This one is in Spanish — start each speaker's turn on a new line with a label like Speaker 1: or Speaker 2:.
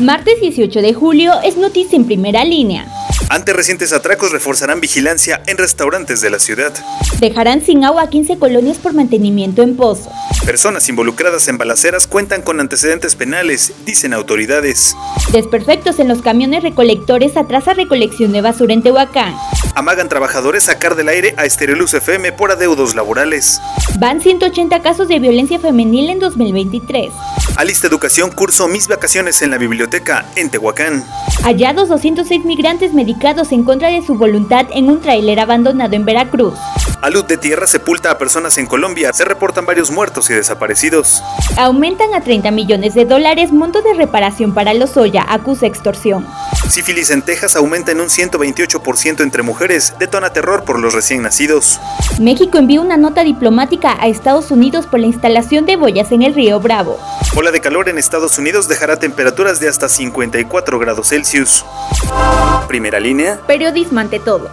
Speaker 1: Martes 18 de julio es noticia en primera línea.
Speaker 2: Ante recientes atracos reforzarán vigilancia en restaurantes de la ciudad.
Speaker 1: Dejarán sin agua a 15 colonias por mantenimiento en pozo.
Speaker 2: Personas involucradas en balaceras cuentan con antecedentes penales, dicen autoridades.
Speaker 1: Desperfectos en los camiones recolectores atrasa recolección de basura en Tehuacán.
Speaker 2: Amagan trabajadores sacar del aire a Estereoluz FM por adeudos laborales.
Speaker 1: Van 180 casos de violencia femenil en 2023.
Speaker 2: Alista Educación curso Mis Vacaciones en la Biblioteca en Tehuacán.
Speaker 1: Hallados 206 migrantes medicados en contra de su voluntad en un tráiler abandonado en Veracruz.
Speaker 2: A luz de tierra sepulta a personas en Colombia. Se reportan varios muertos y desaparecidos.
Speaker 1: Aumentan a 30 millones de dólares monto de reparación para Lozoya. Acusa extorsión.
Speaker 2: Sífilis en Texas aumenta en un 128% entre mujeres. Detona terror por los recién nacidos.
Speaker 1: México envía una nota diplomática a Estados Unidos por la instalación de boyas en el río Bravo.
Speaker 2: Ola de calor en Estados Unidos dejará temperaturas de hasta 54 grados Celsius. Primera línea.
Speaker 1: Periodismo ante todo.